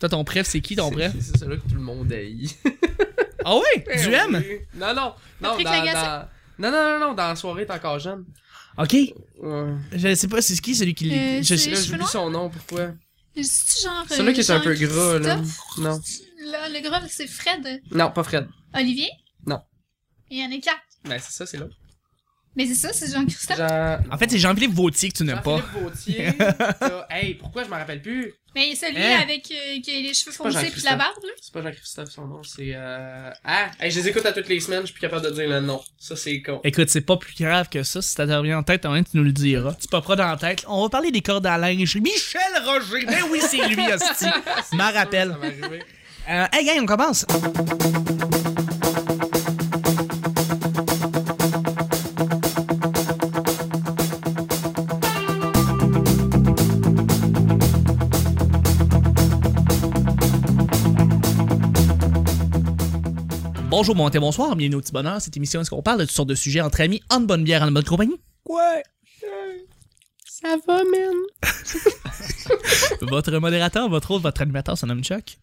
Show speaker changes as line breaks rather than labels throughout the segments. Toi, ton préf, c'est qui ton
C'est-
préf
C'est c'est celui que tout le monde haït.
Ah ouais
Ben
Tu aimes
Non, non. Non,
Patrick
dans,
Lagacé?
dans- non, non, non, non, dans la soirée, t'es encore jeune.
Ok.
Ouais.
Je sais pas, c'est qui celui qui.
Euh,
je
c'est-
sais.
Là,
cheveux
j'oublie
noirs?
son nom, pourquoi
C'est genre.
Celui-là qui est un peu gras,
gros
là. Non.
Là, le gras, c'est Fred. euh,
Non, pas Fred.
Olivier
Non.
Il y en a quatre.
Ben, c'est ça, c'est l'autre.
Mais c'est ça, c'est Jean-Christophe.
Jean.
En fait, c'est Jean-Philippe Vautier que tu n'aimes pas.
Jean-Philippe Vautier. ça- Hey, pourquoi je m'en rappelle plus
Mais celui
Hein?
avec euh, qui a les cheveux
pas
foncés puis
Jean-Christophe.
la barbe, là.
C'est pas Jean-Christophe, son nom, c'est. Euh... Ah, hey, je les écoute à toutes les semaines, je suis plus capable de dire le nom. Ça, c'est con.
Écoute, c'est pas plus grave que ça. Si t'as revient en tête, en même, tu nous le diras. Tu pas dans la tête. On va parler des cordes à linge. Michel Roger. Ben oui, c'est lui, hostie. M'en rappelle.
Ça m'est arrivé.
Euh, hey, gang, on commence. Bonjour, bon matin, bonsoir, bienvenue au petit bonheur. Cette émission, est-ce qu'on parle de toutes sortes de sujets entre amis, en bonne bière, en bonne compagnie? Ouais!
Ça va, man.
Votre modérateur, votre autre, votre animateur, son nomme Chuck.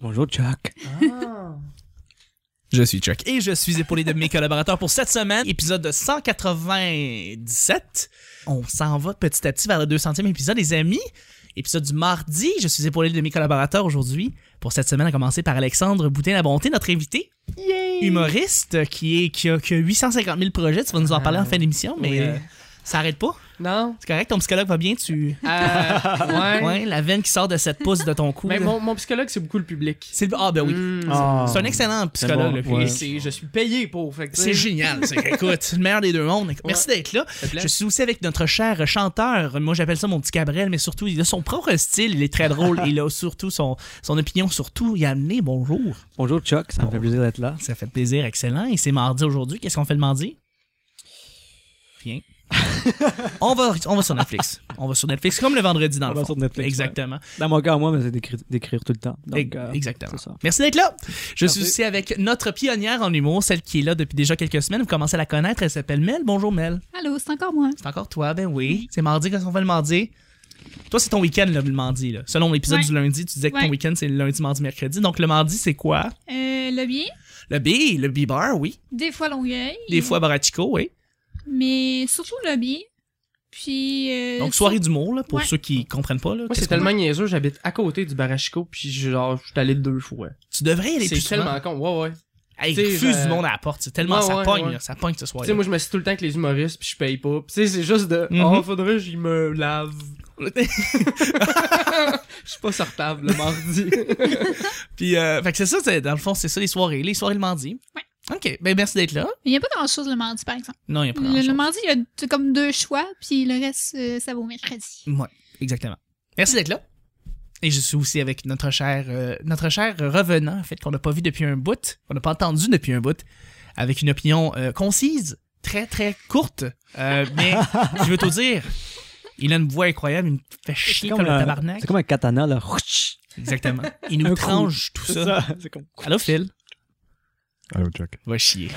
Bonjour Chuck.
Ah.
Je suis Chuck. Et je suis épaulé de mes collaborateurs pour cette semaine, épisode de 197. On s'en va petit à petit vers le 200e épisode, les amis. Épisode du mardi. Je suis épaulé de mes collaborateurs aujourd'hui. Pour cette semaine, à commencer par Alexandre Boutin-La Bonté, notre invité. Humoriste qui, est, qui, a, qui a 850 000 projets. Tu vas nous en parler en fin d'émission, mais
oui.
euh, ça arrête pas.
Non.
C'est correct, ton psychologue va bien. Tu.
Euh, ouais.
Ouais, la veine qui sort de cette pouce de ton cou.
Mais
là.
mon, mon psychologue, c'est beaucoup le public.
C'est- Ah, ben oui.
Mm.
C'est un excellent
bon,
psychologue, le
ouais.
Et c'est- je suis payé pour. Fait que, tu sais,
C'est génial. c'est- Écoute, le meilleur des deux mondes. Merci d'être là.
ça te plaît.
Je suis aussi avec notre cher chanteur. Moi, j'appelle ça mon petit Cabrel, mais surtout, il a son propre style. Il est très drôle. Il a surtout son, son opinion sur tout. Il a amené bonjour.
Bonjour Chuck, ça me fait plaisir d'être là.
Ça fait plaisir. Excellent. Et c'est mardi aujourd'hui. Qu'est-ce qu'on fait le mardi? Rien. on, va, on va sur Netflix. On va sur Netflix comme le vendredi dans
On
le
va
fond.
sur Netflix,
Exactement.
Dans mon cas, à moi, mais c'est d'écrire, d'écrire tout le temps. Donc,
Ex-
euh,
Exactement.
c'est ça.
Merci d'être là. Je
Merci.
suis aussi avec notre pionnière en humour, celle qui est là depuis déjà quelques semaines. Vous commencez à la connaître. Elle s'appelle Mel. Bonjour Mel.
Allô, c'est encore moi.
C'est encore toi, ben oui. C'est mardi, qu'est-ce qu'on fait le mardi? Toi, c'est ton week-end, là, le mardi. Là. Selon l'épisode
Ouais.
du lundi, tu disais que ton
Ouais.
week-end, c'est le lundi, mardi, mercredi. Donc, le mardi, c'est quoi?
Euh, le bien,
Le B, le B-bar, oui.
des fois Longueuil.
Des fois, Barachico, oui.
Mais surtout le bien. Puis. euh,
Donc, soirée d'humour, là, pour
Ouais.
ceux qui comprennent pas. Là,
Moi,
Qu'est-ce
c'est
qu'on-
tellement niaiseux, j'habite à côté du Barachico, puis je- genre, je suis allé deux fois.
Tu devrais y aller
C'est
plus souvent.
tellement con, ouais, ouais.
Hey,
Tu sais,
refuse
euh,
du monde à la porte. C'est tellement
ouais,
ça
ouais,
pogne,
ouais.
là, ça pogne ce soir.
Tu sais, moi, je me suis tout le temps avec les humoristes, puis je paye pas. Puis, tu sais, c'est juste de,
Mhm.
oh, faudrait que j'y me lave. Je suis pas sortable le mardi.
Puis, euh, fait que c'est ça, c'est- dans le fond, c'est ça les soirées. Les soirées le mardi.
Ouais.
OK. Ben, merci d'être là.
Il n'y a pas grand-chose le mardi, par exemple.
Non, il n'y a pas
Le, le
grand-chose.
mardi, il y a t- comme deux choix, puis le reste, euh, ça va au mercredi.
Ouais, exactement. Merci d'être là. Et je suis aussi avec notre cher, euh, notre cher revenant, en fait, qu'on n'a pas vu depuis un bout, qu'on n'a pas entendu depuis un bout, avec une opinion euh, concise, très, très courte. Euh, mais je veux te dire, il a une voix incroyable, il me fait chier comme, le
un-
tabarnak.
c'est comme un katana, là.
Exactement. Il nous
Un
tranche tout ça.
C'est comme...
Allô, Phil?
Allô, Chuck.
Va chier.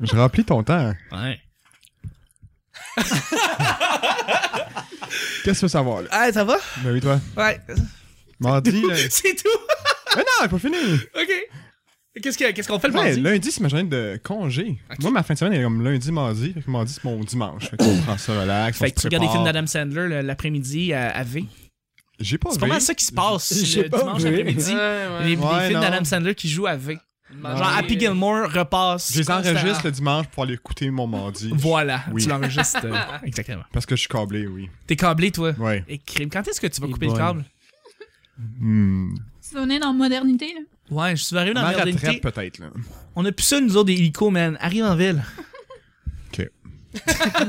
Je remplis ton temps.
Ouais.
Qu'est-ce que tu veux savoir, là?
Ah, ça va?
Ben oui, toi.
Ouais.
Mardi, là.
C'est tout?
Mais non, pas fini.
OK. Qu'est-ce que- qu'est-ce qu'on fait le
Ouais,
mardi?
lundi, c'est ma journée de congé. Moi, ma fin de semaine, elle est comme lundi, mardi. Fait que mardi, c'est mon dimanche. Fait qu'on prend ça relax. on
Fait
se
que tu regardes les films
prépare.
d'Adam Sandler le- l'après-midi euh, à, à V.
J'ai pas
C'est
vu.
pas mal ça qui se passe
Je sais
le
pas,
dimanche
oui.
après-midi.
Euh,
Les, les
Ouais,
films
non.
d'Adam Sandler qui jouent avec.
Genre,
Genre Happy Gilmore repasse.
Je les enregistre
constamment.
le dimanche pour pouvoir les écouter mon mardi.
Voilà,
Oui.
tu l'enregistres. euh, exactement.
Parce que je suis câblé, oui.
T'es câblé, toi.
Ouais.
Et crime, quand est-ce que tu vas
Et
couper le
boy.
câble?
Hmm.
Tu vas venir dans modernité, là.
Ouais, je suis arrivé dans
Ma
la modernité.
retraite, peut-être, là.
On a plus ça, nous autres, des hélicos, man. Arrive en ville.
OK.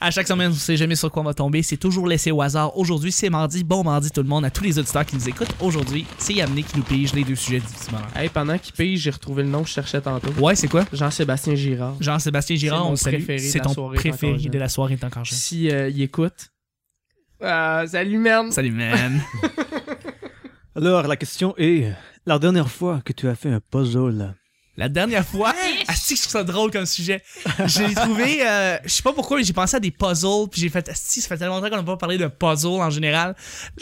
À chaque semaine, on sait jamais sur quoi on va tomber. C'est toujours laissé au hasard. Aujourd'hui, c'est mardi. Bon mardi, tout le monde. À tous les auditeurs qui nous écoutent. Aujourd'hui, c'est Yamné qui nous pige les deux sujets du petit bonheur.
Hey, pendant qu'il paye, j'ai retrouvé le nom que je cherchais tantôt.
Ouais, c'est quoi?
Jean-Sébastien Girard.
Jean-Sébastien
C'est
Girard,
mon
on le salue.
préféré de
C'est
la
ton
soirée, t'es encore
préféré
jeune.
de la soirée, t'es encore jeune.
Si euh, il écoute. Ah, salut, man.
Salut, man.
Alors, la question est, la dernière fois que tu as fait un puzzle,
La dernière fois, Asti, je trouve ça drôle comme sujet. J'ai trouvé, euh, je sais pas pourquoi, mais j'ai pensé à des puzzles, puis j'ai fait, Asti, ça fait tellement longtemps qu'on n'a pas parlé de puzzles en général.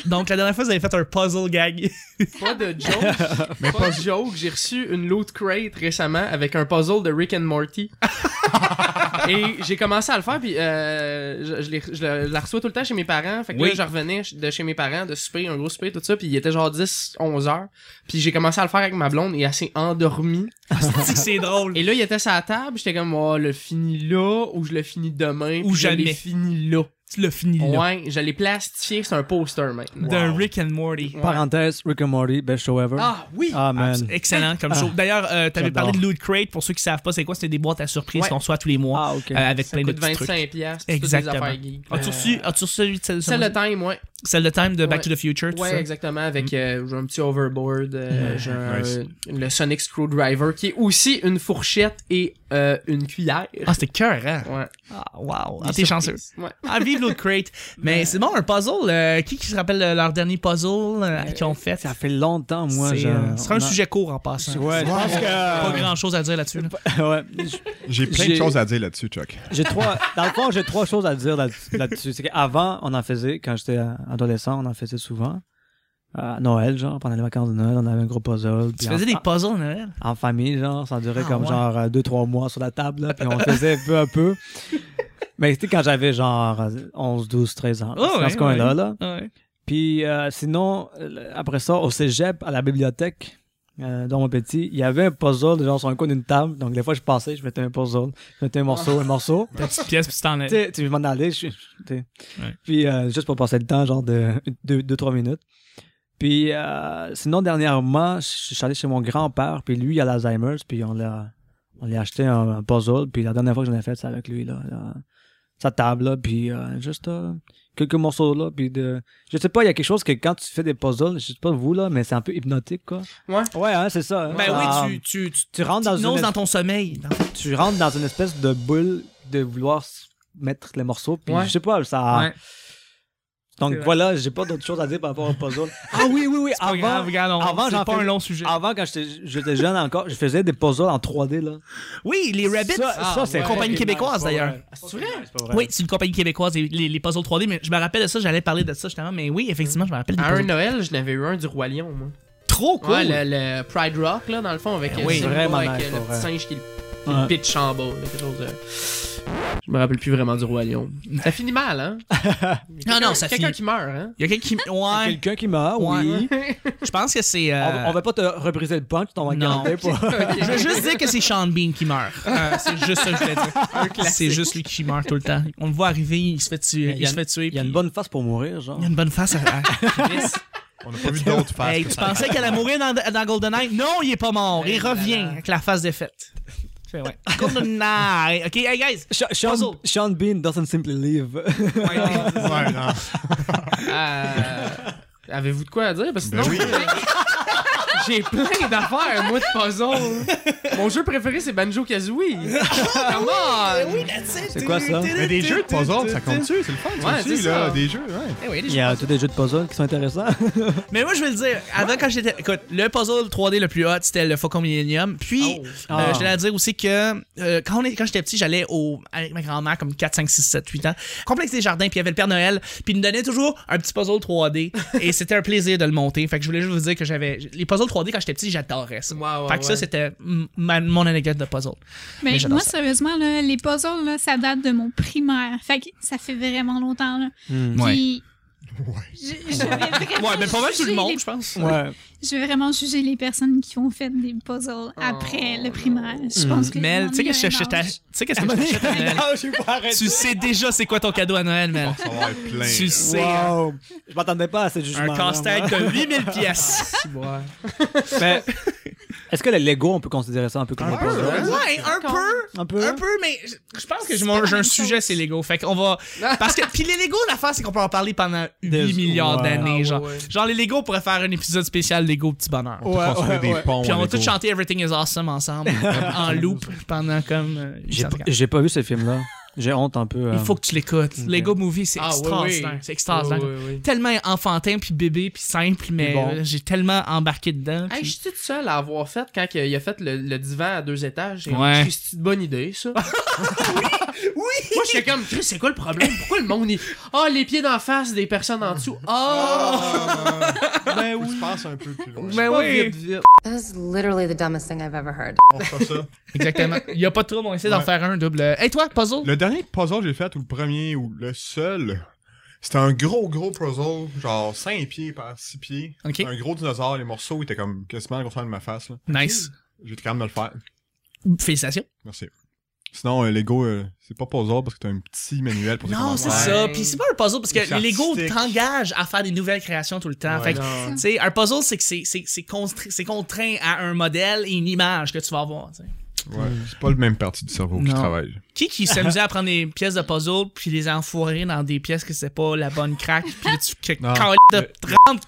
Donc, la dernière fois, vous avez fait un puzzle gag.
Pas de joke. mais pas de joke. J'ai reçu une loot crate récemment avec un puzzle de Rick and Morty. Et j'ai commencé à le faire, puis euh, je, je l'ai- je le- je la reçois tout le temps chez mes parents. Fait que
Oui.
là, je revenais ch- de chez mes parents, de souper, un gros souper, tout ça, puis il était genre 10, 11 heures. Puis j'ai commencé à le faire avec ma blonde et elle s'est endormie.
Asti, que c'est drôle.
Et là, il était sur la table, j'étais comme, oh, le fini là, ou je le finis demain,
Ou
puis je l'ai
jamais.
fini là.
Tu l'as fini, là.
Ouais, je l'ai plastifié, c'est un poster maintenant.
De Rick and Morty.
Ouais.
Parenthèse, Rick and Morty, best show ever.
Ah oui!
Ah, man.
Abs- Excellent comme show. D'ailleurs, euh, t'avais
J'adore.
parlé de Loot Crate. Pour ceux qui savent pas, c'est quoi C'était des boîtes à surprise
Ouais.
qu'on reçoit tous les mois
Ah, ok.
euh, avec
Ça
plein de
coûte
petits trucs.
25$, piastres, c'est toutes des
Exactement.
affaires geeks.
As-tu
Euh,
reçu, as-tu reçu celui de celle,
C'est le time, ouais.
celle de Time de Back
Ouais.
to the Future tout
Ouais,
ça? Mm.
exactement, avec euh, j'ai un petit overboard, euh, j'ai un-
Nice.
le Sonic Screwdriver, qui est aussi une fourchette et euh, une cuillère.
Ah, c'était cœur, hein?
ouais.
Ah, wow.
Des
Ah, t'es
surprises.
chanceux.
Ouais.
Ah, vive Loot Crate. Mais c'est bon, un puzzle. euh, qui qui se rappelle euh, leur dernier puzzle euh, qu'ils ont fait?
Ça fait longtemps, moi.
C'est,
je-
euh, ce sera un
on a-
sujet court en passant.
Ouais, je pense
Pas
que.
grand chose à dire là-dessus. là.
ouais. j-
J'ai plein de
J'ai-
choses à dire là-dessus, Chuck.
J'ai trois. Dans le fond, j'ai trois choses à dire là- là-dessus. C'est qu'avant, on en faisait, quand j'étais euh, adolescent, on en faisait souvent. À Noël, genre, pendant les vacances de Noël, on avait un gros puzzle.
Tu
puis en-
faisais des puzzles, Noël?
en famille, genre, ça durait
Ah,
comme
ouais.
genre euh, deux, trois mois sur la table, là, puis on le faisait peu à peu. Mais c'était quand j'avais genre euh, 11, 12, 13 ans,
Oh,
là, dans
ouais,
ce coin-là.
ouais.
Là. Puis euh, sinon, euh, après ça, au cégep, à la bibliothèque, euh, dans mon petit, il y avait un puzzle, genre sur un coin d'une table. Donc, des fois, je passais, je mettais un puzzle, je mettais un morceau, un morceau.
Ta petite pièce, puis tu t'en
Tu sais, tu- je m'en allais, je, je- tu sais.
Ouais.
Puis euh, juste pour passer le temps, genre de 2-3 minutes. Puis euh, sinon, dernièrement, je suis allé chez mon grand-père, puis lui, il a l'Alzheimer's, puis on l'a on lui a acheté un, un puzzle, puis la dernière fois que j'en ai fait, c'est avec lui, là. là, sa table, là, puis euh, juste euh, quelques morceaux, là, puis de... Je sais pas, il y a quelque chose que quand tu fais des puzzles, je sais pas vous, là, mais c'est un peu hypnotique, quoi.
Ouais.
Ouais, hein, c'est ça. hein.
Ben
Ça,
oui, tu, tu, tu,
tu rentres dans une
t'hypnoses dans ton sommeil. dans-
tu rentres dans une espèce de boule de vouloir s- mettre les morceaux puis
Ouais.
je sais pas ça
Ouais.
donc
C'est vrai.
voilà j'ai pas d'autre chose à dire par rapport au puzzle ah oui oui oui
Pas grave,
avant
regarde, on-
avant,
c'est
j'en
pas
fais- Ah,
un long sujet.
avant quand j'étais j'étais jeune encore je faisais des puzzles en 3D là
Oui, les Rabbits.
ça, ah, ça, c'est
compagnie québécoise d'ailleurs.
C'est vrai?
Oui, c'est une compagnie québécoise, les, les- les puzzles 3D, mais je me rappelle de ça, j'allais parler de ça justement, mais oui, effectivement, je me rappelle des
À un
puzzles.
Noël, je n'avais eu un du Roi Lion, moi.
Trop cool!
Ouais, le, le Pride Rock, là, dans le fond, avec,
Eh
euh,
oui,
Simba,
vraiment
avec
nice,
euh,
pour
le
vrai.
petit singe qui le qui le
Ouais.
pitch en bas, là, quelque chose de... Je me rappelle plus vraiment du Roi Lion. Ça finit mal, hein?
Non, non, ça
Quelqu'un
finit.
qui meurt, hein?
Il y a quelqu'un qui. Ouais,
quelqu'un qui meurt oui
je pense que c'est. euh,
on, va- on va pas te rebriser le punch on va
Non.
garder pour
Je veux juste dire que c'est Sean Bean qui meurt. Euh, c'est juste ça que je voulais dire. C'est juste lui qui meurt tout le temps. On le voit arriver, il se fait tuer.
Il y
Il
a
se fait tuer.
il y a
puis-
une bonne face pour mourir genre
il y a une bonne face à. à-
On n'a pas vu d'autres faces.
Hey,
que
tu
ça.
pensais qu'elle allait mourir dans, dans GoldenEye? Non, il est pas mort.
Hey,
Il revient
là, là.
avec la face défaite. Fait, ouais. GoldenEye. Ok, hey guys.
Sha- Sean,
Puzzle.
Sean Bean doesn't simply live
Ouais, non.
Euh, Avez-vous de quoi à dire? Parce que
Ben
sinon,
oui.
j'ai plein d'affaires, moi, de puzzles. Mon jeu préféré, c'est Banjo Kazooie. Come on!
C'est quoi ça?
Mais des jeux de puzzle, ça compte-tu? C'est le fun, ça
Ouais,
aussi,
c'est
là.
ça.
Des jeux, ouais.
Eh oui, les
il y a tous des jeux de puzzle qui sont intéressants
Mais moi, je vais le dire, avant, quand j'étais. Écoute, le puzzle 3D le plus hot, c'était le Faucon Millennium. Puis,
Oh.
euh,
Ah.
je tenais à dire aussi que euh, quand, on est- quand j'étais petit, j'allais au, avec ma grand-mère, comme 4, 5, 6, 7, 8 ans, complexe des jardins, puis il y avait le Père Noël, puis il nous donnait toujours un petit puzzle 3D. et c'était un plaisir de le monter. Fait que je voulais juste vous dire que j'avais. Les puzzles 3D, quand j'étais petit, j'adorais ça.
Ouais, ouais,
fait que ça,
ouais.
c'était mm, ma- mon anecdote de puzzle.
Mais,
Mais j'adore
moi,
ça.
sérieusement, là, les puzzles, là, ça date de mon primaire. Fait que ça fait vraiment longtemps. Là. Puis, je, je vais vraiment
Ouais, mais pas mal tout
juger
le monde,
les-
je pense.
ouais
je vais vraiment juger les personnes qui ont fait des puzzles après le primaire. Je pense que.
Hmm. Mel,
j'en
tu sais
ai
qu'est-ce que
un
je t'ach-
âge.
tu sais qu'est-ce que je t'achète à Noël? Tu sais déjà c'est quoi ton cadeau à Noël, Mel.
Ça va être plein.
Tu
là.
sais. hein.
Wow! Je m'attendais pas à ce
Un
jugement.
casse-tête de 8000 pièces.
Est-ce que le Lego, on peut considérer ça un peu comme un puzzle?
Ouais, un peu.
Un peu.
Un peu, mais je- je pense que j'ai
pas
mon-
la
j'ai un
même
sujet,
chose.
c'est Lego. Fait qu'on va. Parce que. Puis les Lego, l'affaire, c'est qu'on peut en parler pendant 8
Des-
milliards
ouais.
d'années.
Ah,
genre.
ouais, ouais.
genre, les Lego pourraient faire un épisode spécial Lego Petit Bonheur.
On peut construire des ponts.
Puis on va
avec
tous
au-
chanter Everything is Awesome ensemble, comme en loop, pendant comme. euh,
J'ai
850.
pas- J'ai pas vu ce film-là. J'ai honte un peu. euh.
Il faut que tu l'écoutes.
ok.
Lego Movie, c'est
Ah, oui,
extraordinaire.
oui.
C'est extraordinaire.
Oui, oui, oui.
Tellement enfantin, puis bébé, puis simple, mais
bon.
euh, j'ai tellement embarqué dedans.
Hey, je
puis-
suis toute seule à avoir fait quand il a fait le, le divan à deux étages.
Ouais.
Ouais. C'est une bonne idée, ça. oui, Moi, j'étais comme, Chris, c'est quoi le problème? Pourquoi le monde est. Ah, les pieds d'en face des personnes en dessous. Ah!
ben oui. Tu passes un peu plus loin.
Mais oui!
That is literally the dumbest thing I've ever heard.
On fera ça.
Exactement. Il y a pas de trouble, on essaie d'en
Ouais.
faire un double. Et toi, puzzle?
Le dernier puzzle que j'ai fait, ou le premier, ou le seul, c'était un gros, gros puzzle, genre 5 pieds par 6 pieds.
Ok.
Un gros dinosaure, les morceaux étaient comme quasiment la grosseur de ma face. là.
Nice.
J'ai quand même de le faire.
Félicitations.
Merci. Sinon, euh, Lego, euh, c'est pas puzzle parce que t'as un petit manuel pour dire
Non,
comment
c'est
faire.
ça. Puis c'est pas un puzzle parce que
C'est
Lego
artistique.
t'engage à faire des nouvelles créations tout le temps.
Ouais.
Fait que,
Non.
tu sais, un puzzle, c'est que c'est- c'est c'est constri- c'est contraint à un modèle et une image que tu vas avoir. tu sais.
Ouais, c'est pas le même partie du cerveau qui
Non.
travaille.
Qui qui s'amusait à prendre des pièces de puzzle puis les enfoirer dans des pièces que c'est pas la bonne craque puis là, tu que
Non.
câlisse de
Mais-
30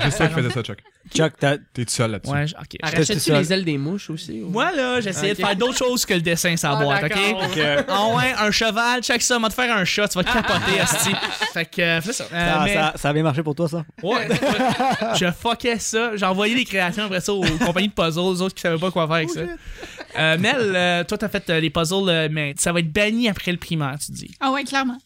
C'est ça qui faisait ça, Chuck.
Chuck,
Euh,
t'as-
T'es tout seul là-dessus.
Ouais, j- OK.
Reste
Arrachais-tu
seul.
les ailes des mouches aussi? ou-
Moi là, j'essayais de
Ok.
faire d'autres choses que le dessin sa
Ah,
boîte,
d'accord.
OK Ah ouais, un cheval, check ça, on va te faire un chat, tu vas te capoter asti. Fait que euh, fais ça. Euh,
ça,
mais-
ça, ça a bien marché pour toi, ça?
Ouais. je fuckais ça. J'envoyais les créations après ça aux compagnies de puzzles, aux autres qui savaient pas quoi faire avec ça. Euh, Mel, euh, toi, t'as fait euh, les puzzles, euh, mais ça va être banni après le primaire, tu dis.
Ah ouais, clairement.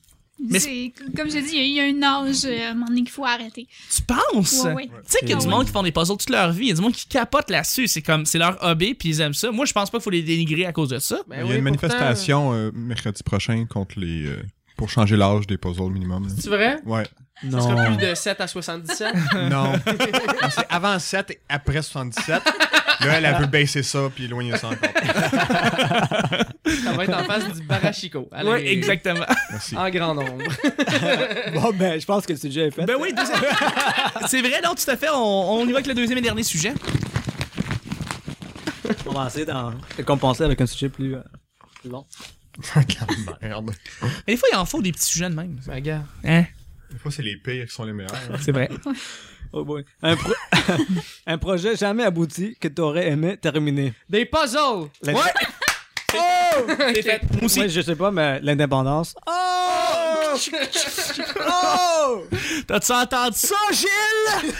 Mais
C'est- Comme je dis, il y a un âge, euh, à un moment donné, qu'il faut arrêter.
Tu penses?
Ouais, ouais.
Tu sais qu'il y a
Ah
du
ouais.
monde qui font des puzzles toute leur vie. Il y a du monde qui capote là-dessus. C'est comme, c'est leur hobby, puis ils aiment ça. Moi, je pense pas qu'il faut les dénigrer à cause de ça.
Ben
Il y a
oui,
une
pourtant.
manifestation euh, mercredi prochain contre les. euh, pour changer l'âge des puzzles minimum. là.
C'est vrai?
Ouais.
Ça serait plus de 7 à 77.
Non. c'est avant 7 et après 77. Là, elle, elle veut baisser ça puis éloigner ça encore.
ça va être en face du Barachico. Allez,
Ouais, exactement.
Merci.
En grand nombre.
Bon, ben, je pense que le sujet est fait.
ben oui, deuxième- c'est vrai, non, tout à fait. On, on y va avec le deuxième et dernier sujet.
On va essayer d'en- de compenser avec un sujet plus euh, long.
Merde.
Mais des fois, il en faut des petits sujets de même.
Ben, gars.
Hein?
Des fois, c'est les pires qui sont les meilleurs. hein.
C'est vrai.
Oh boy. Un, pro- un projet jamais abouti que t'aurais aimé terminer.
Des puzzles!
La-
Ouais! Oh! C'est fait. Moi aussi.
Moi, je sais pas, mais l'indépendance.
Oh! Oh! T'as-tu entendu ça, Gilles?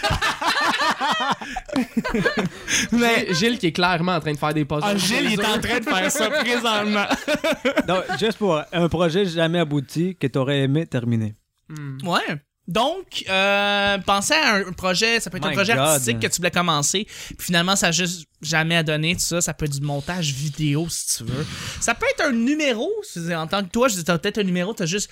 Mais.
Gilles- Gilles qui est clairement en train de faire des puzzles.
Ah, Gilles, il est en train de faire ça présentement.
Donc, juste pour un projet jamais abouti que t'aurais aimé terminer.
Hmm.
Ouais. Donc, euh, pensez à un projet, ça peut être un
My
projet
God.
artistique que tu voulais commencer, puis finalement, ça a juste jamais à donner, tout ça. Ça peut être du montage vidéo, si tu veux. Ça peut être un numéro, si tu- en tant que toi, je dis, t'as peut-être un numéro, t'as juste...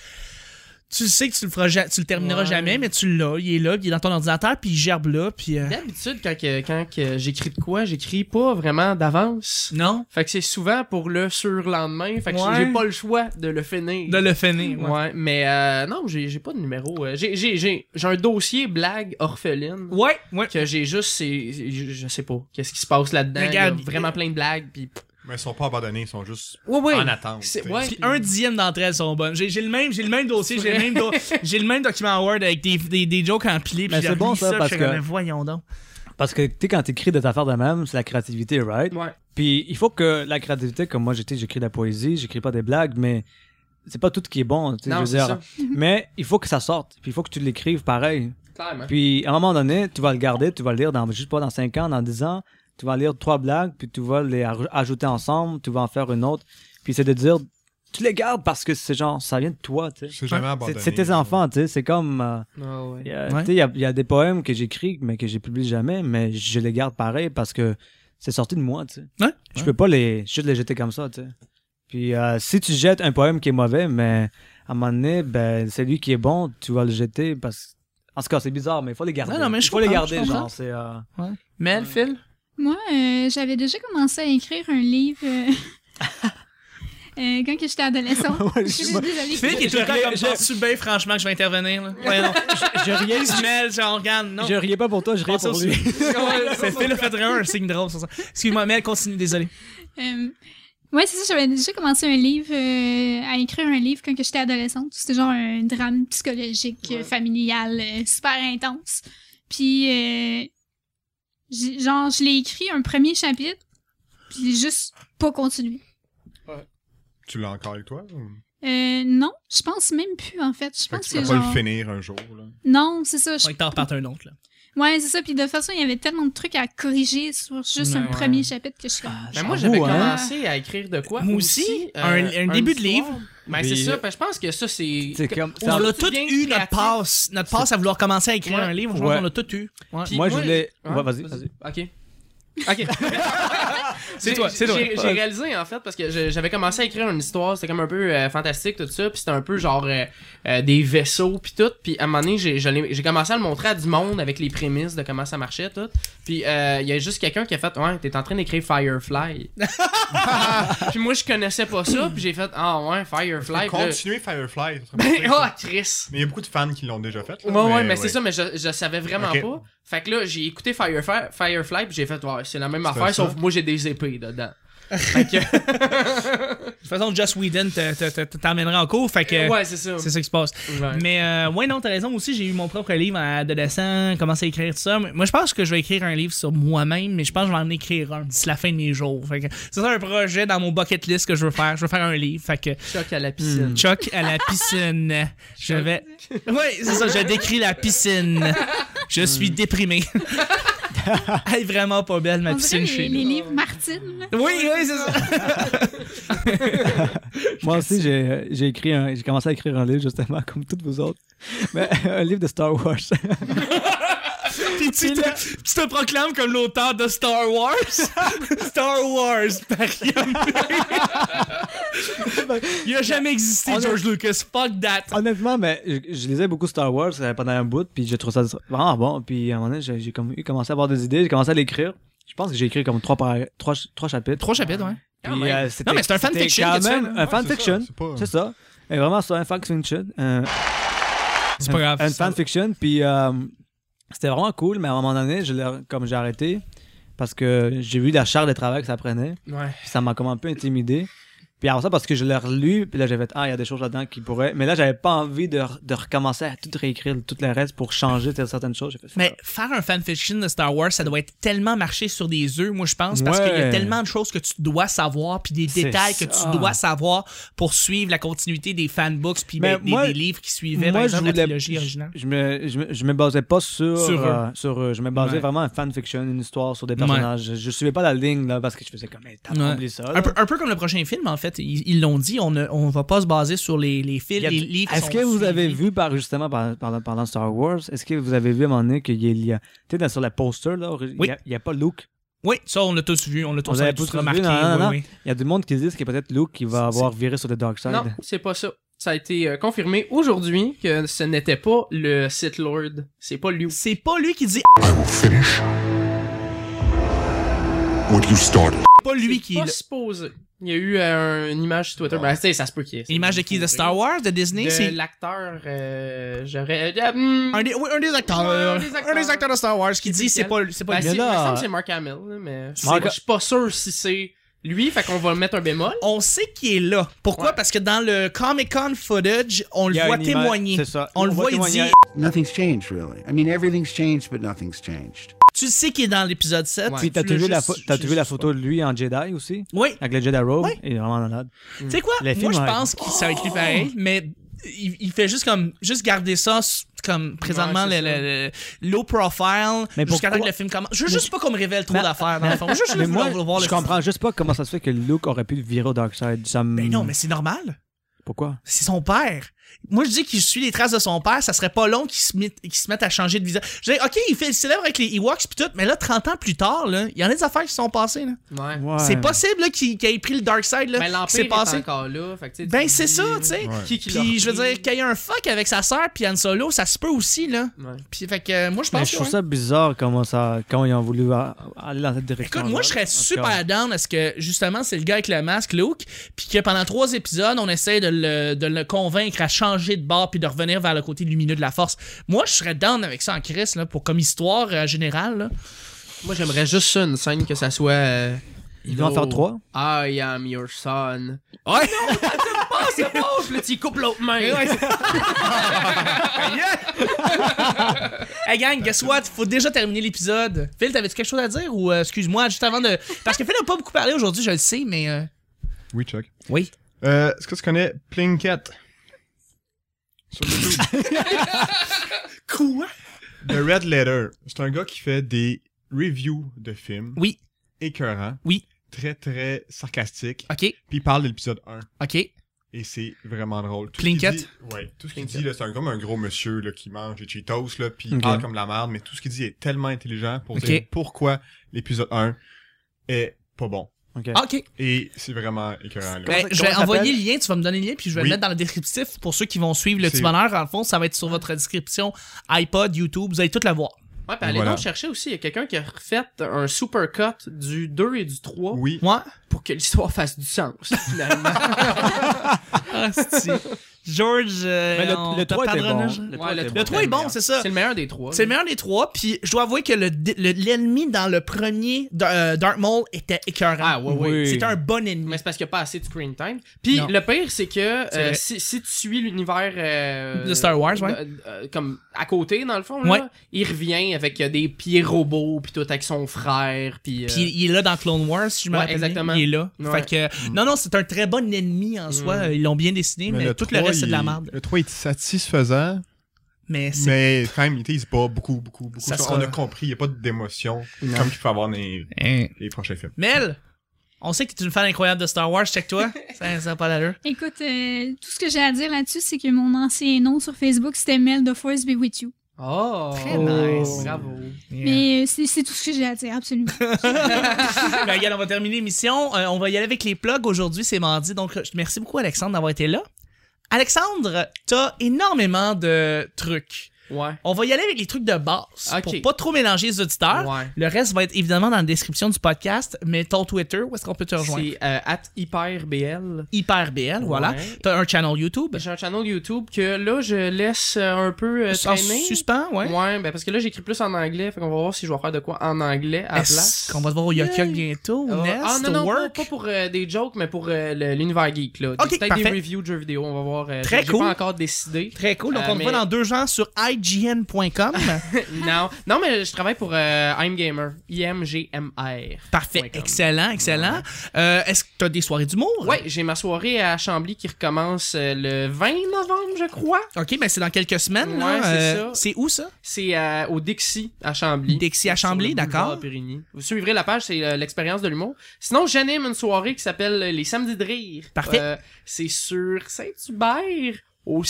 Tu sais que tu le, feras ja- tu le termineras
Ouais.
jamais, mais tu l'as, il est là, puis il est dans ton ordinateur, puis il gerbe là, puis... euh,
D'habitude, quand, que- quand que j'écris de quoi, j'écris pas vraiment d'avance.
Non?
Fait que c'est souvent pour le surlendemain. Fait que
Ouais.
j'ai pas le choix de le finir.
De le finir,
Ouais.
ouais.
mais euh, non, j'ai j'ai pas de numéro. euh, J'ai j'ai- j'ai- j'ai un dossier blague orpheline.
Ouais, ouais.
Que j'ai juste, c'est, je je sais pas, qu'est-ce qui se passe là-dedans.
Mais
Il y a
regarde,
vraiment plein de blagues. Puis...
Mais ils sont pas abandonnés, ils sont juste
Ouais, ouais.
en attente.
C'est-
t'sais.
ouais.
Puis un dixième d'entre elles sont bonnes. J'ai j'ai le même, j'ai le même dossier, j'ai le même, do- j'ai le même document Word avec des, des, des jokes empilés.
Mais
puis
c'est
je
bon,
lis
ça,
puis
parce
je fais
que-
comme, Mais voyons donc.
Parce que, tu sais, quand t'écris des affaires de même, c'est la créativité, right?
Ouais.
Puis il faut que la créativité, comme moi j'étais, j'écris de la poésie, j'écris pas des blagues, mais c'est pas tout qui est bon, tu sais, je
Non,
veux
c'est
dire.
ça. Mhm.
Mais il faut que ça sorte, puis il faut que tu l'écrives pareil.
Clairement.
Puis à un moment donné, tu vas le garder, tu vas le lire dans, juste pas dans 5 ans, dans 10 ans, tu vas lire trois blagues, puis tu vas les aj- ajouter ensemble, tu vas en faire une autre. Puis c'est de dire, tu les gardes parce que c'est genre, ça vient de toi, tu sais.
C'est jamais abandonné.
C'est- C'est tes enfants, tu sais, c'est comme... euh,
Ah ouais.
il y a-
Ouais.
tu sais, il y a- il y, a des poèmes que j'écris, mais que j'ai publié jamais, mais je les garde pareil parce que c'est sorti de moi, tu sais.
Ouais.
Je peux pas les, juste les jeter comme ça, tu sais. Puis euh, si tu jettes un poème qui est mauvais, mais à un moment donné, ben, celui qui est bon, tu vas le jeter parce que... En tout cas, c'est bizarre, mais il faut les garder.
Non, non, mais je
Il faut les
comprends,
garder,
je comprends.
genre, c'est... euh,
Mel, Phil?
Moi, euh, j'avais déjà commencé à écrire un livre euh, euh, quand que j'étais adolescente. je suis désolée.
Phil qui est tout le temps comme penses-tu bien franchement que je vais intervenir là? Ouais non. Je, je riais du mail, genre regarde, non.
Je riais pas pour toi, je riais
Pensez
pour
au
lui.
sujet. Ouais, C'est Phil a fait vraiment un signe drôle sur ça. Excuse-moi, Mel, continue, désolé.
Euh, ouais, c'est ça, j'avais déjà commencé un livre, euh, à écrire un livre quand que j'étais adolescente. C'était genre un drame psychologique, euh,
Ouais.
familial, euh, super intense. Puis, euh, j'ai- genre, je l'ai écrit un premier chapitre, puis j'ai juste pas continué.
Tu l'as encore avec toi? ou-
Euh, non, je pense même plus, en fait. Je
Fait que
pense
tu peux
que
pas
genre...
le finir un jour. Là.
Non, c'est ça. je-
Faudrait que t'en repartes un autre, là.
Ouais, c'est ça. Puis de toute façon, il y avait tellement de trucs à corriger sur juste
Ouais. Ah,
un premier chapitre que je suis comme...
Mais Ben, moi, j'avais
J'avoue, hein.
commencé à écrire de quoi. euh,
Moi aussi, un- un début de livre.
Mais Ben, c'est
Puis-
ça, parce que je pense que ça, c'est.
C'est comme-
Au-
Ça-
On
au-
a
tu
tous
viens
eu notre
créatif.
passe, notre passe à vouloir commencer à écrire
Ouais.
un livre. Je pense
Ouais.
qu'on l'a tous eu. Ouais.
Puis
Moi, je voulais- Ouais, vas-y,
Ok. Ok.
C'est
J'ai-
toi, c'est toi.
j'ai- J'ai réalisé, en fait, parce que je- j'avais commencé à écrire une histoire, c'était comme un peu euh, fantastique, tout ça, puis c'était un peu genre euh, euh, des vaisseaux, puis tout. Puis à un moment donné, j'ai je l'ai- j'ai commencé à le montrer à du monde avec les prémices de comment ça marchait, tout. Puis euh, il y a juste quelqu'un qui a fait Ouais, t'es en train d'écrire Firefly. puis moi, je connaissais pas ça, puis j'ai fait Ah ouais, Firefly. Puis là-
Continuer Firefly. ça serait pas
Ben,
pire,
oh,
ça.
Chris!
Mais il y a beaucoup de fans qui l'ont déjà fait. là,
Ouais, ouais, mais c'est ça, mais je, je savais vraiment
Ok.
pas. Fait que là, j'ai écouté Firefly, Firefly puis j'ai fait, ouais, c'est la même
C'est
affaire,
ça.
sauf que moi, j'ai des épées dedans. fait que,
De toute façon, Joss Whedon te- te- te- te- t'emmènera en cours, fait que
ouais, c'est ça.
c'est ça qui se passe.
Ouais.
Mais euh, ouais, non, t'as raison aussi. J'ai eu mon propre livre à adolescent, commencé à écrire tout ça. Mais Moi, je pense que je vais écrire un livre sur moi-même, mais je pense que je vais en écrire un d'ici la fin de mes jours. Fait que c'est ça un projet dans mon bucket list que je veux faire. Je veux faire un livre. Fait que
Choc à la piscine.
Chuck à la piscine. Je vais. Oui, c'est ça, je décris la piscine. Je suis déprimé. Elle est vraiment pas belle, ma
On
piscine
dirait les,
chez
les
nous.
livres Martine. là.
Oui, oui, c'est ça.
Moi aussi, j'ai j'ai écrit un- j'ai commencé à écrire un livre, justement, comme toutes vous autres. Mais un livre de Star Wars.
Puis tu te, tu te proclames comme l'auteur de Star Wars. Star Wars, par Ian Lee. Il a jamais existé,
On a-
George Lucas. Fuck that.
Honnêtement, mais je, je lisais beaucoup Star Wars euh, pendant un bout, puis j'ai trouvé ça vraiment bon. Puis à un moment donné, j'ai j'ai comme, eu commencé à avoir des idées, j'ai commencé à l'écrire. Je pense que j'ai écrit comme trois, para- trois, ch- trois chapitres.
Trois chapitres, ouais.
Quand
Puis,
même.
euh, c'était-
Non, mais c'est un
c'était
fanfiction que
Quand
tu
même,
fais, là.
un fanfiction.
C'est pas-
C'est ça. Et vraiment, c'est un fanfiction. Euh, Un,
C'est pas grave.
un
ça.
fanfiction. Puis euh, c'était vraiment cool, mais à un moment donné, je l'ai- comme j'ai arrêté, parce que j'ai vu la charge de travail que ça prenait,
Ouais.
puis ça m'a comme un peu intimidé. Puis avant ça, parce que je l'ai relu, puis là j'avais fait, ah, il y a des choses là-dedans qui pourraient. Mais là, j'avais pas envie de, re- de recommencer à tout réécrire, tout le reste pour changer certaines choses. J'ai fait,
Mais faire un fanfiction de Star Wars, ça doit être tellement marché sur des œufs, moi je pense, parce
Ouais.
qu'il y a tellement de choses que tu dois savoir, puis des
C'est
détails que
ça.
tu dois savoir pour suivre la continuité des fanbooks, puis
Mais
des, des-
moi-
des livres qui suivaient, par
moi,
exemple,
je voulais-
la trilogie originale.
Je me, je, me- je me basais pas sur,
Sur eux.
euh, sur eux. Je me basais
Ouais.
vraiment à fanfiction, une histoire sur des personnages. Je, je suivais pas la ligne là parce que je faisais comme, mais t'as
Ouais.
oublié ça. là.
Un peu, un peu comme le prochain film, en fait. Ils ils l'ont dit, on ne on va pas se baser sur les, les
Il
films,
y a-
les livres. qui
Est-ce
sont
que vous
suivis.
avez vu, par, justement, par- par- pendant Star Wars, est-ce que vous avez vu à un moment donné qu'il y a- il y a. Tu sais, dans- sur la poster, là, il
Oui.
n'y a, il y a pas Luke.
Oui, ça, on l'a tous vu, on l'a tous,
l'avait
tous
tous vu,
remarqué.
non, non,
oui,
non.
oui.
Il y a du monde qui dit que peut-être Luke qui va
C'est-
avoir viré sur le Dark Side.
Non, c'est pas ça. Ça a été euh, confirmé aujourd'hui que ce n'était pas le Sith Lord. C'est pas lui.
C'est pas lui qui dit,
finish what you started.
c'est pas lui qui.
Pas
le-
supposé. Il y a eu euh, une image sur Twitter. Ben, tu sais, ça se peut qu'il y ait.
Une image de qui De Star Wars De Disney
De
c'est
l'acteur, euh, j'aurais. euh, hmm,
un des, oui, un des acteurs.
Ouais,
un des acteurs. de Star Wars qui dit, c'est pas, c'est pas
Ben,
lui.
c'est-
là,
il me semble
euh,
que c'est Mark Hamill, là, mais je sais
Mark-
pas- je suis pas sûr si c'est lui, fait qu'on va le mettre un bémol.
on sait qu'il est là. Pourquoi?
Ouais.
Parce que dans le Comic Con footage, on
Il y
le
a
voit
une image-
témoigner.
c'est ça.
On le voit, il
témoigner.
dit,
Nothing's changed, really. I mean, everything's changed, but nothing's changed.
tu sais qu'il est dans l'épisode 7.
Ouais.
Puis t'as
tu l'as
vu la,
juste-
pho- t'as
tu
vu
l'as
la
juste
photo de lui en Jedi aussi,
pas. Oui.
avec le Jedi Robe.
Ouais.
Il est vraiment malade.
Tu sais quoi?
Le
Moi,
film,
je
ouais.
pense Oh! que ça va être lui pareil, mais il, il fait juste comme, juste garder ça s- comme présentement
Ouais, c'est
le, le- le low profile
Mais
jusqu'à temps que
pourquoi-
le film commence. Je veux juste pas qu'on me révèle trop
Mais-
d'affaires dans le fond. Juste
mais moi,
vouloir voir
je
le film.
comprends juste pas comment ça se fait que Luke aurait pu virer au Dark Side. Ça me-
Mais non, mais c'est normal.
Pourquoi?
C'est son père. Moi, je dis qu'il suit les traces de son père, ça serait pas long qu'il se, mette- qu'il se mette à changer de visage. Je dis, OK, il fait le célèbre avec les Ewoks pis tout, mais là, 30 ans plus tard, là, il y en a des affaires qui se sont passées, là.
Ouais.
Ouais.
C'est possible, là, qu'il qu'il ait pris le Dark Side, là.
Mais
qui s'est
l'Empire est
passé.
encore là, fait que, tu sais,
Ben,
tu
c'est
dis, euh,
ça, tu sais.
Ouais.
Qui qui l'a
Puis, je veux
repris?
dire, qu'il y ait un fuck avec sa sœur puis Han Solo, ça se peut aussi, là.
Ouais.
Puis, fait que, euh, moi, je
Mais
pense
je
que,
trouve
ouais.
ça bizarre comment ça, quand ils ont voulu a- aller dans cette direction.
Écoute, moi, je serais super down à ce que, justement, c'est le gars avec le masque, Luke, puis que pendant trois épisodes, on essaie de le, de le convaincre à changer de bord puis de revenir vers le côté lumineux de la force. Moi, je serais down avec ça en Chris, là, pour comme histoire euh, générale, là.
Moi, j'aimerais juste ça, une scène que ça soit. euh,
Ils vont en faire trois.
I am your son.
Ouais,
Oh, c'est beau! Puis là, tu y coupes l'autre main.
Hey gang, guess what? Faut déjà terminer l'épisode. Phil, t'avais-tu quelque chose à dire ou, euh, excuse-moi, juste avant de. Parce que Phil n'a pas beaucoup parlé aujourd'hui, je le sais, mais. euh,
Oui, Chuck.
Oui.
Euh, Est-ce que tu connais Plinket? Sur YouTube.
Quoi?
The Red Letter. C'est un gars qui fait des reviews de films.
Oui.
Écœurants.
Oui.
Très, très sarcastique.
OK.
Puis il parle de l'épisode 1.
OK.
Et c'est vraiment drôle. Tout
Plinkett?
ce qu'il dit- Ouais. Tout ce qu'il dit, là, c'est un, comme un gros monsieur là, qui mange des Cheetos, là, puis il
Ok.
parle comme la merde, mais tout ce qu'il dit est tellement intelligent pour
Ok.
dire pourquoi l'épisode 1 est pas bon.
Ok.
Ah, OK.
Et c'est vraiment écœurant. là.
Ben, je
Comment
vais
ça s'appelle?
envoyer le lien, tu vas me donner le lien, puis je vais
Oui.
le mettre dans le descriptif pour ceux qui vont suivre le
C'est-
petit bonheur. En fond, ça va être sur votre description iPod, YouTube, vous allez tout la voir.
Ouais, puis allez
Voilà.
donc chercher aussi, il y a quelqu'un qui a refait un supercut du 2 et du 3
Oui.
Moi,
pour que l'histoire fasse du sens, finalement.
Asti. Ah, George, euh,
Mais le-
on
le
te
3 était
pardonnera,
bon.
je-
Le
Ouais,
trois était
Le 3 est bon, c'est ça.
C'est le meilleur des trois.
C'est le meilleur des trois, puis je dois avouer que le- le- l'ennemi dans le premier D- euh, Dark Maul était écœurant.
Ah, ouais,
ouais. Oui.
C'était un bon ennemi.
Mais c'est parce qu'il n'y a pas assez de screen time. Puis
Non.
le pire, c'est que
C'est
euh,
vrai.
si, si tu suis l'univers. euh,
De Star Wars, ouais.
de- euh, comme à côté, dans le fond,
Ouais.
là, il revient avec euh, des pieds robots, puis tout avec son frère, puis. euh,
Puis il est là dans Clone Wars, si je me
Ouais,
rappelle bien.
exactement.
Il est là.
Ouais.
Fait
Mm.
que, non, non, c'est un très bon ennemi en
Mm.
soi. Ils l'ont bien dessiné, mais, tout le
trois,
reste, c'est de la
il-
merde.
Le 3 est satisfaisant,
Mais c'est
mais quand même, il tease pas beaucoup, beaucoup, beaucoup.
Ça
Ça,
sera-
On a compris, il n'y a pas d'émotion comme qu'il peut avoir dans les,
Hein.
les prochains films.
Mel, on sait que tu es une fan incroyable de Star Wars, check-toi. ça n'a pas d'allure.
Écoute, euh, tout ce que j'ai à dire là-dessus, c'est que mon ancien nom sur Facebook, c'était Mel The Force Be With You.
Oh!
Très nice.
Bravo.
Mais euh, c'est c'est tout ce que j'ai à dire, absolument.
ben, regarde, on va terminer l'émission. Euh, on va y aller avec les plugs aujourd'hui, c'est mardi. Donc, je- merci beaucoup, Alexandre, d'avoir été là. Alexandre, t'as énormément de trucs.
Ouais.
On va y aller avec les trucs de base
Ok.
pour pas trop mélanger les auditeurs.
Ouais.
Le reste va être évidemment dans la description du podcast, mais ton Twitter, où est-ce qu'on peut te rejoindre?
C'est euh, at hyperbl.
HyperBL, voilà.
Ouais.
T'as un channel YouTube.
J'ai un channel YouTube que là, je laisse euh, un peu euh,
En
traîner.
suspens, ouais.
Ouais, ben parce que là, j'écris plus en anglais, fait qu'on va voir si je vais faire de quoi en anglais à la place.
Est-ce qu'on va te voir au Yokyok bientôt?
Ah,
Nest,
ah non, non,
Work?
Pas, pas pour euh, des jokes, mais pour euh, le- l'univers geek. Là. Des-
Ok,
Peut-être
parfait.
des reviews de jeux vidéo, on va voir. euh,
Très
j'ai- j'ai
cool.
pas encore décidé.
Très cool. Donc,
Euh,
on te
mais-
voit dans deux ans sur IGN.com.
non. non, mais je travaille pour euh, I'm Gamer. I-M-G-M-R.
Parfait.
Point com.
Excellent, excellent. Euh, Est-ce que tu as des soirées d'humour?
Ouais, j'ai ma soirée à Chambly qui recommence euh, le 20 novembre, je crois.
OK, ben c'est dans quelques semaines.
Ouais,
là.
c'est
Euh,
ça.
C'est où ça?
C'est euh, au Dixie à Chambly.
Dixie à
Sur le
Chambly,
boulevard
d'accord.
Périgny. Vous suivrez la page, c'est euh, l'expérience de l'humour. Sinon, j'anime une soirée qui s'appelle euh, Les Samedis de Rire.
Parfait.
Euh, c'est sur Saint-Hubert au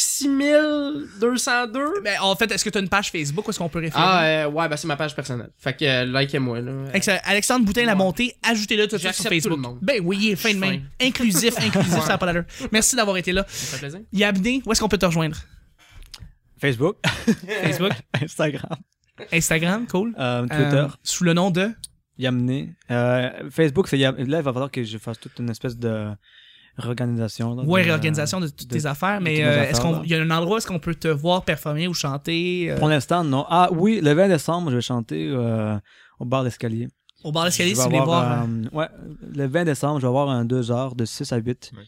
6202.
Ben, en fait, est-ce que tu as une page Facebook où est-ce qu'on peut référer?
Ah, euh, ouais, bah c'est ma page personnelle. Fait que euh, likez-moi, là. Euh,
Excellent. Alexandre Boutin l'a
Ouais.
monté, ajoutez-le tout de suite sur
J'accepte
Facebook.
tout le monde.
Ben oui, il est fin de
Je suis
même. Inclusif, inclusif, ça n'a pas d'allure. Merci d'avoir été là.
Ça fait plaisir.
Yabné, où est-ce qu'on peut te rejoindre?
Facebook,
Facebook,
Instagram,
Instagram, cool.
euh, Twitter,
Euh, sous le nom de.
Yamné. Euh, Facebook, c'est Yam- Là, il va falloir que je fasse toute une espèce de réorganisation. là,
Ouais,
de-
réorganisation de toutes
de-
tes affaires,
de
mais
toutes nos
euh, est-ce
affaires,
qu'on
là.
il y a un endroit où est-ce qu'on peut te voir performer ou chanter euh,
Pour l'instant, non. Ah oui, le 20 décembre, je vais chanter euh, au bar d'escalier.
au bar d'escalier
Je
si
vais
vous voulez
avoir,
voir euh,
euh, ouais, le 20 décembre, je vais avoir un 2 heures de 6 à 8.
Ouais.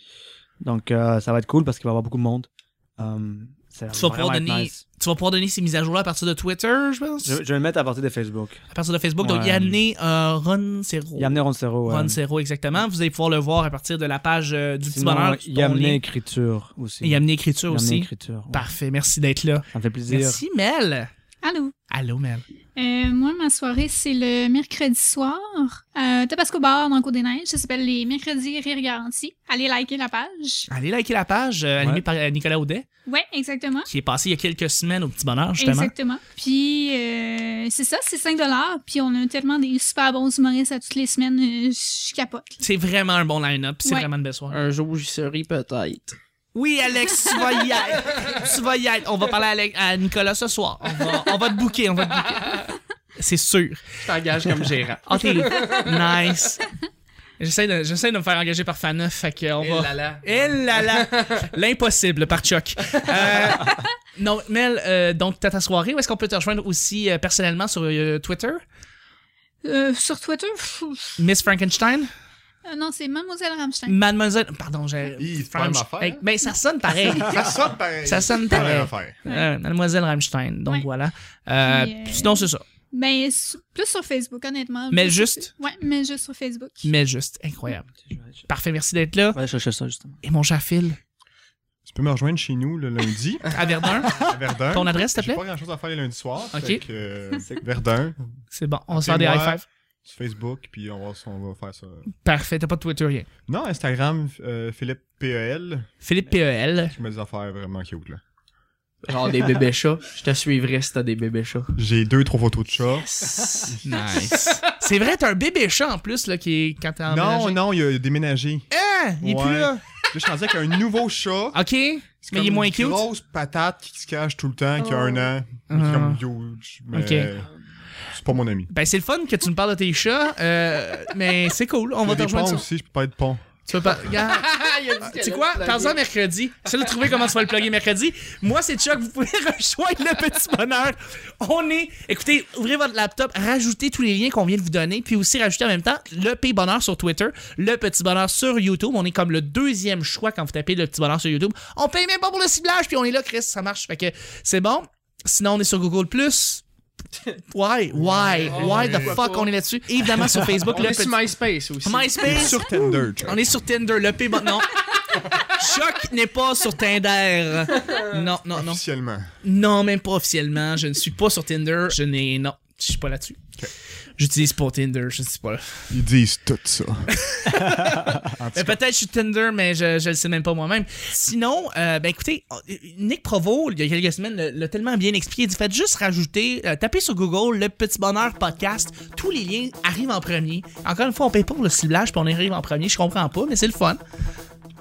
Donc, euh, ça va être cool parce qu'il va y avoir beaucoup de monde. Euh, ça
tu vas
va
pouvoir
vraiment être
donner
nice.
tu vas pouvoir donner ces mises à jour là à partir de Twitter, je pense.
Je, je vais le mettre à partir de Facebook.
À partir de Facebook, donc
Ouais.
il y a amené euh, Ron Cero.
Il y a amené Roncero.
Ron Cero, exactement. Vous allez pouvoir le voir à partir de la page euh, du petit bonheur.
Sinon,
sur
il y a
ton
amené
lien.
écriture aussi.
Il y a amené écriture
Il y a amené
aussi.
écriture. ouais.
Parfait, merci d'être là.
Ça me fait plaisir.
Merci Mel.
Allô?
Allô Mel.
Euh, moi, ma soirée, c'est le mercredi soir. Euh, Tabasco Bar dans le Côte-des-Neiges. Ça s'appelle les mercredis rire garantis. Allez liker la page.
Allez liker la page euh,
Ouais.
animée par euh, Nicolas Audet
Ouais, exactement.
qui est passé il y a quelques semaines au petit bonheur justement.
Exactement. Puis, euh, c'est ça, c'est 5 Puis, on a tellement des super bons humoristes à toutes les semaines. euh, je capote.
C'est vraiment un bon line-up, c'est
Ouais.
vraiment une belle soirée.
Un jour, j'y serai peut-être.
Oui, Alex, tu vas y être. Tu vas y être. On va parler à, Alex- à Nicolas ce soir. On va, on va te bouquer, on va te bouquer. C'est sûr.
Je t'engage comme gérant.
Ah, t'es nice. J'essaie de, j'essaie de me faire engager par Faneuf, fait qu'on
Eh
va...
là là.
Eh là là! L'impossible par Chuck. Euh, non, Mel, euh, donc t'as ta soirée. Où est-ce qu'on peut te rejoindre aussi euh, personnellement sur euh, Twitter?
Euh, sur Twitter, pff, pff,
Miss Frankenstein?
euh, non, c'est Mademoiselle Rammstein.
Mademoiselle... Pardon, j'ai...
Hi, c'est pas la même affaire.
Eh, Ben, ça sonne pareil.
Ça sonne pareil.
ça sonne
Pas la même
pareil.
affaire.
Euh, Mademoiselle Rammstein, donc
Ouais.
voilà. Euh,
Puis, euh,
Sinon, c'est ça.
Ben, su- plus sur Facebook, honnêtement.
Mais
Plus-
juste.
Ouais, mais juste sur Facebook.
Mais juste, incroyable.
Ouais,
Parfait, merci d'être là.
je cherchais ça, justement.
Et mon cher Phil,
Tu peux me rejoindre chez nous le lundi
à Verdun,
à Verdun.
ton adresse, s'il te
J'ai
plaît?
pas grand chose à faire les lundis soirs.
Ok.
fait que, euh, Verdun,
C'est bon, on se fait des
Appelez-moi.
high five.
sur Facebook, puis on va, on va faire ça.
Parfait, t'as pas de Twitter, rien.
Non, Instagram, euh, Philippe PEL.
Philippe E PEL.
Je mets des affaires vraiment cute, là.
Genre des bébés chats. Je te suivrais si t'as des bébés chats.
J'ai deux, trois photos de chats.
Nice. C'est vrai, t'as un bébé chat en plus, là, qui est quand t'es
Non,
emménagé.
non, il a déménagé.
Hein? Il est plus
Ouais.
là. Ah,
Là, je suis rendu avec un nouveau chat.
OK.
C'est
Mais il est
comme
moins
une
cute.
grosse patate qui se cache tout le temps, qui a un an, mais qui est
Ah.
comme huge. Mais
Ok.
c'est pas mon ami.
Ben, c'est le fun que tu me parles de tes chats, euh, mais c'est cool. On va te
des ponts
rejoindre sur...
aussi, je peux pas être pont.
Tu veux pas... Regarde.
Ah,
Tu sais quoi? Parle-en mercredi. C'est là de trouver comment tu vas le plugger mercredi. Moi, c'est Chuck. Vous pouvez rejoindre le petit bonheur. On est. Écoutez, ouvrez votre laptop, rajoutez tous les liens qu'on vient de vous donner, puis aussi rajoutez en même temps le P Bonheur sur Twitter, le Petit Bonheur sur YouTube. On est comme le deuxième choix quand vous tapez le Petit Bonheur sur YouTube. On paye même pas pour le ciblage, puis on est là, Chris, ça marche. Fait que c'est bon. Sinon, on est sur Google. Why? Why? Why the fuck on est là-dessus? Et Évidemment sur Facebook,
On
le
est sur
Petit-
MySpace aussi.
MySpace.
Sur Tinder, Chuck.
On est sur Tinder, le P. bon- Non. Choc n'est pas sur Tinder. Non, non, non.
Officiellement.
Non, même pas officiellement. Je ne suis pas sur Tinder. Je n'ai. Non, je suis pas là-dessus. J'utilise pas Tinder. Je ne suis pas là.
Ils disent tout ça.
Euh, Peut-être je suis Tinder, mais je, je le sais même pas moi-même. Sinon, euh, ben écoutez, euh, Nick Provo, il y a quelques semaines, l'a- l'a tellement bien expliqué. Il dit faites juste rajouter, euh, tapez sur Google le petit bonheur podcast. Tous les liens arrivent en premier. Encore une fois, on paye pas pour le ciblage, puis on arrive en premier. Je comprends pas, mais c'est le fun.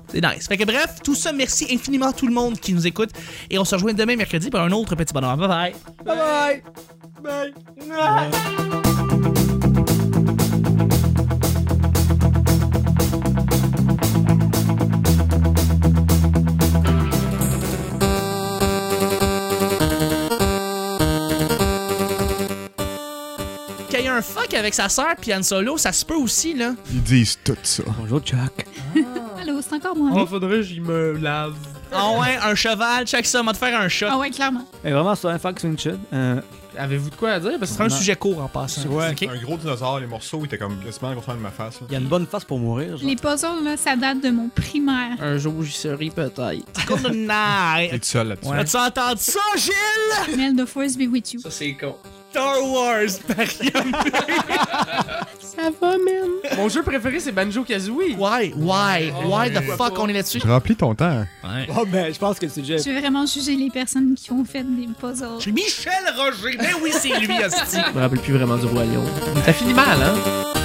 C'est nice. Fait que bref, tout ça, merci infiniment à tout le monde qui nous écoute. Et on se rejoint demain mercredi pour un autre petit bonheur. Bye bye. Qu'il y ait un fuck avec sa sœur puis Han Solo, ça se peut aussi, là.
Ils disent tout ça.
Bonjour, Chuck.
Allô, c'est encore moi.
Oh, faudrait que j'y me lave.
Ah ouais, un cheval, check ça, on va te faire un shot.
Ah ouais, clairement.
Et vraiment, c'est un fuck, c'est une chute. Euh,
Avez-vous de quoi à dire? Parce que
C'est un sujet court en passant.
Ouais.
Ok?
Un gros dinosaure, les morceaux étaient comme quasiment gros de ma face. là.
Il y a une bonne face pour mourir. genre.
Les puzzles, là, ça date de mon primaire.
un jour j'y serai peut-être.
Good night.
T'es tout seul là-dessus.
As-tu entendu ça, Gilles?
Mel the Force be with you.
Ça c'est con.
Star Wars, Mariam.
Ça va même. Mon jeu préféré c'est Banjo Kazooie.
Why? Why? Why the fuck on est là-dessus?
Je remplis ton temps. hein.
Oh, ben, je pense que le sujet.
Je veux vraiment juger les personnes qui ont fait des puzzles.
Michel Roger. Ben oui, c'est lui, hostie.
Je me rappelle plus vraiment du Roi Lion. Ça finit mal, hein?